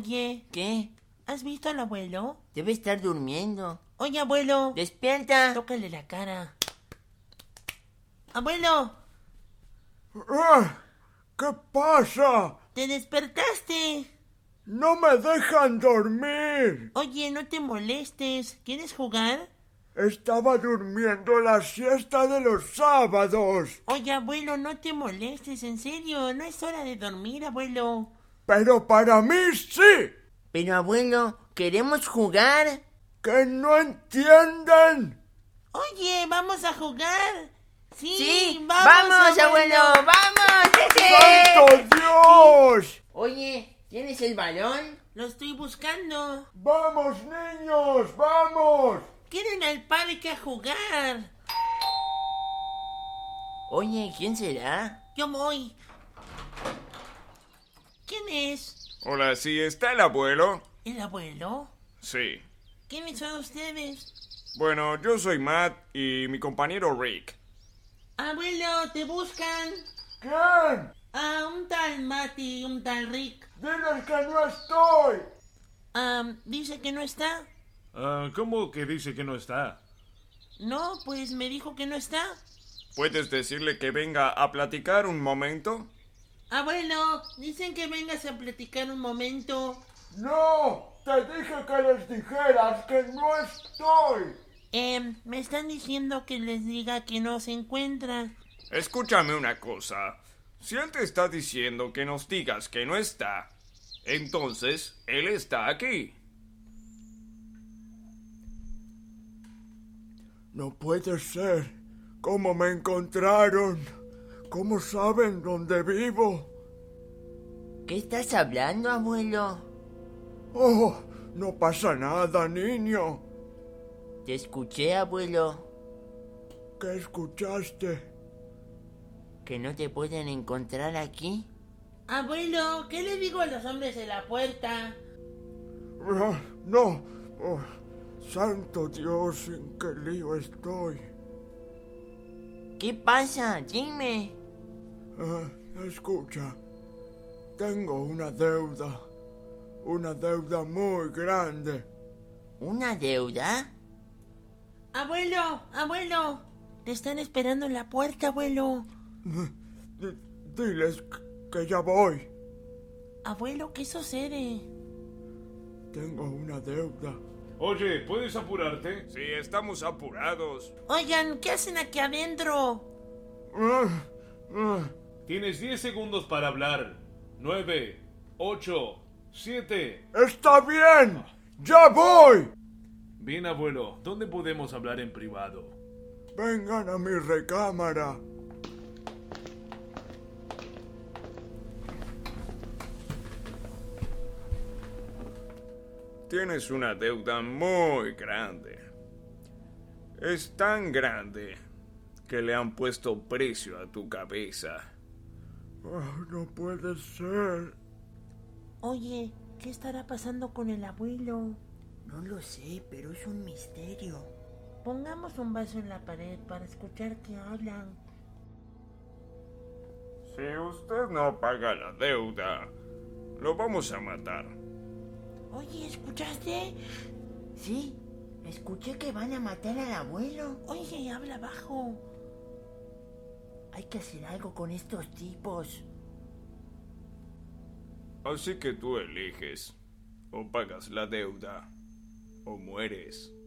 Oye, ¿Qué? ¿has visto al abuelo? Debe estar durmiendo. Oye, abuelo, ¡Despierta! tócale la cara. Abuelo, ¡Eh! ¿Qué pasa? te despertaste. No me dejan dormir. Oye, no te molestes. ¿Quieres jugar? Estaba durmiendo la siesta de los sábados. Oye, abuelo, no te molestes, en serio. No es hora de dormir, abuelo. Pero para mí sí. Pero abuelo, queremos jugar. ¿Que no entienden? Oye, vamos a jugar. Sí, Sí, vamos, vamos. sí, sí. ¡Santo Dios! Oye, ¿tienes el balón? Lo estoy buscando. ¡Vamos, niños! ¡Vamos! Quieren al parque a jugar. Oye, ¿quién será? Yo voy. ¿Quién es? Hola, sí, está el abuelo. ¿El abuelo? Sí. ¿Quiénes son ustedes? Bueno, yo soy Matt y mi compañero Rick. Abuelo, te buscan ¿Quién? a un tal Mati, un tal Rick. ¡Diles que no estoy! Am, dice que no está. Ah, ¿Cómo que dice que no está? No, pues me dijo que no está. ¿Puedes decirle que venga a platicar un momento? Abuelo, dicen que vengas a platicar un momento. ¡No! Te dije que les dijeras que no estoy. Em, me están diciendo que les diga que no se encuentra. Escúchame una cosa. Si él te está diciendo que nos digas que no está, entonces él está aquí. No puede ser. ¿Cómo me encontraron? ¿Cómo saben dónde vivo? ¿Qué estás hablando, abuelo? Oh, no pasa nada, niño. Te escuché, abuelo, ¿Qué escuchaste? que no te pueden encontrar aquí. Abuelo, ¿qué le digo a los hombres de la puerta? Ah, No. Oh, santo Dios, en qué lío estoy. ¿Qué pasa? Dime. Ah, escucha. Tengo una deuda. Una deuda muy grande. ¿Una deuda? Abuelo, abuelo. Te están esperando en la puerta, abuelo. Di- diles c- que ya voy. Abuelo, ¿qué sucede? Tengo una deuda. Oye, ¿puedes apurarte? Sí, estamos apurados. Oigan, ¿qué hacen aquí adentro? Ah, ah. Tienes 10 segundos para hablar. 9, 8, 7. Está bien. Ya voy. Bien, abuelo, ¿dónde podemos hablar en privado? Vengan a mi recámara. Tienes una deuda muy grande. Es tan grande que le han puesto precio a tu cabeza. Ah, no puede ser. Oye, ¿qué estará pasando con el abuelo? No lo sé, pero es un misterio. Pongamos un vaso en la pared para escuchar que hablan. Si usted no paga la deuda, lo vamos a matar. Oye, ¿escuchaste? Sí, escuché que van a matar al abuelo. Oye, habla bajo. Hay que hacer algo con estos tipos. Así que tú eliges. O pagas la deuda o mueres.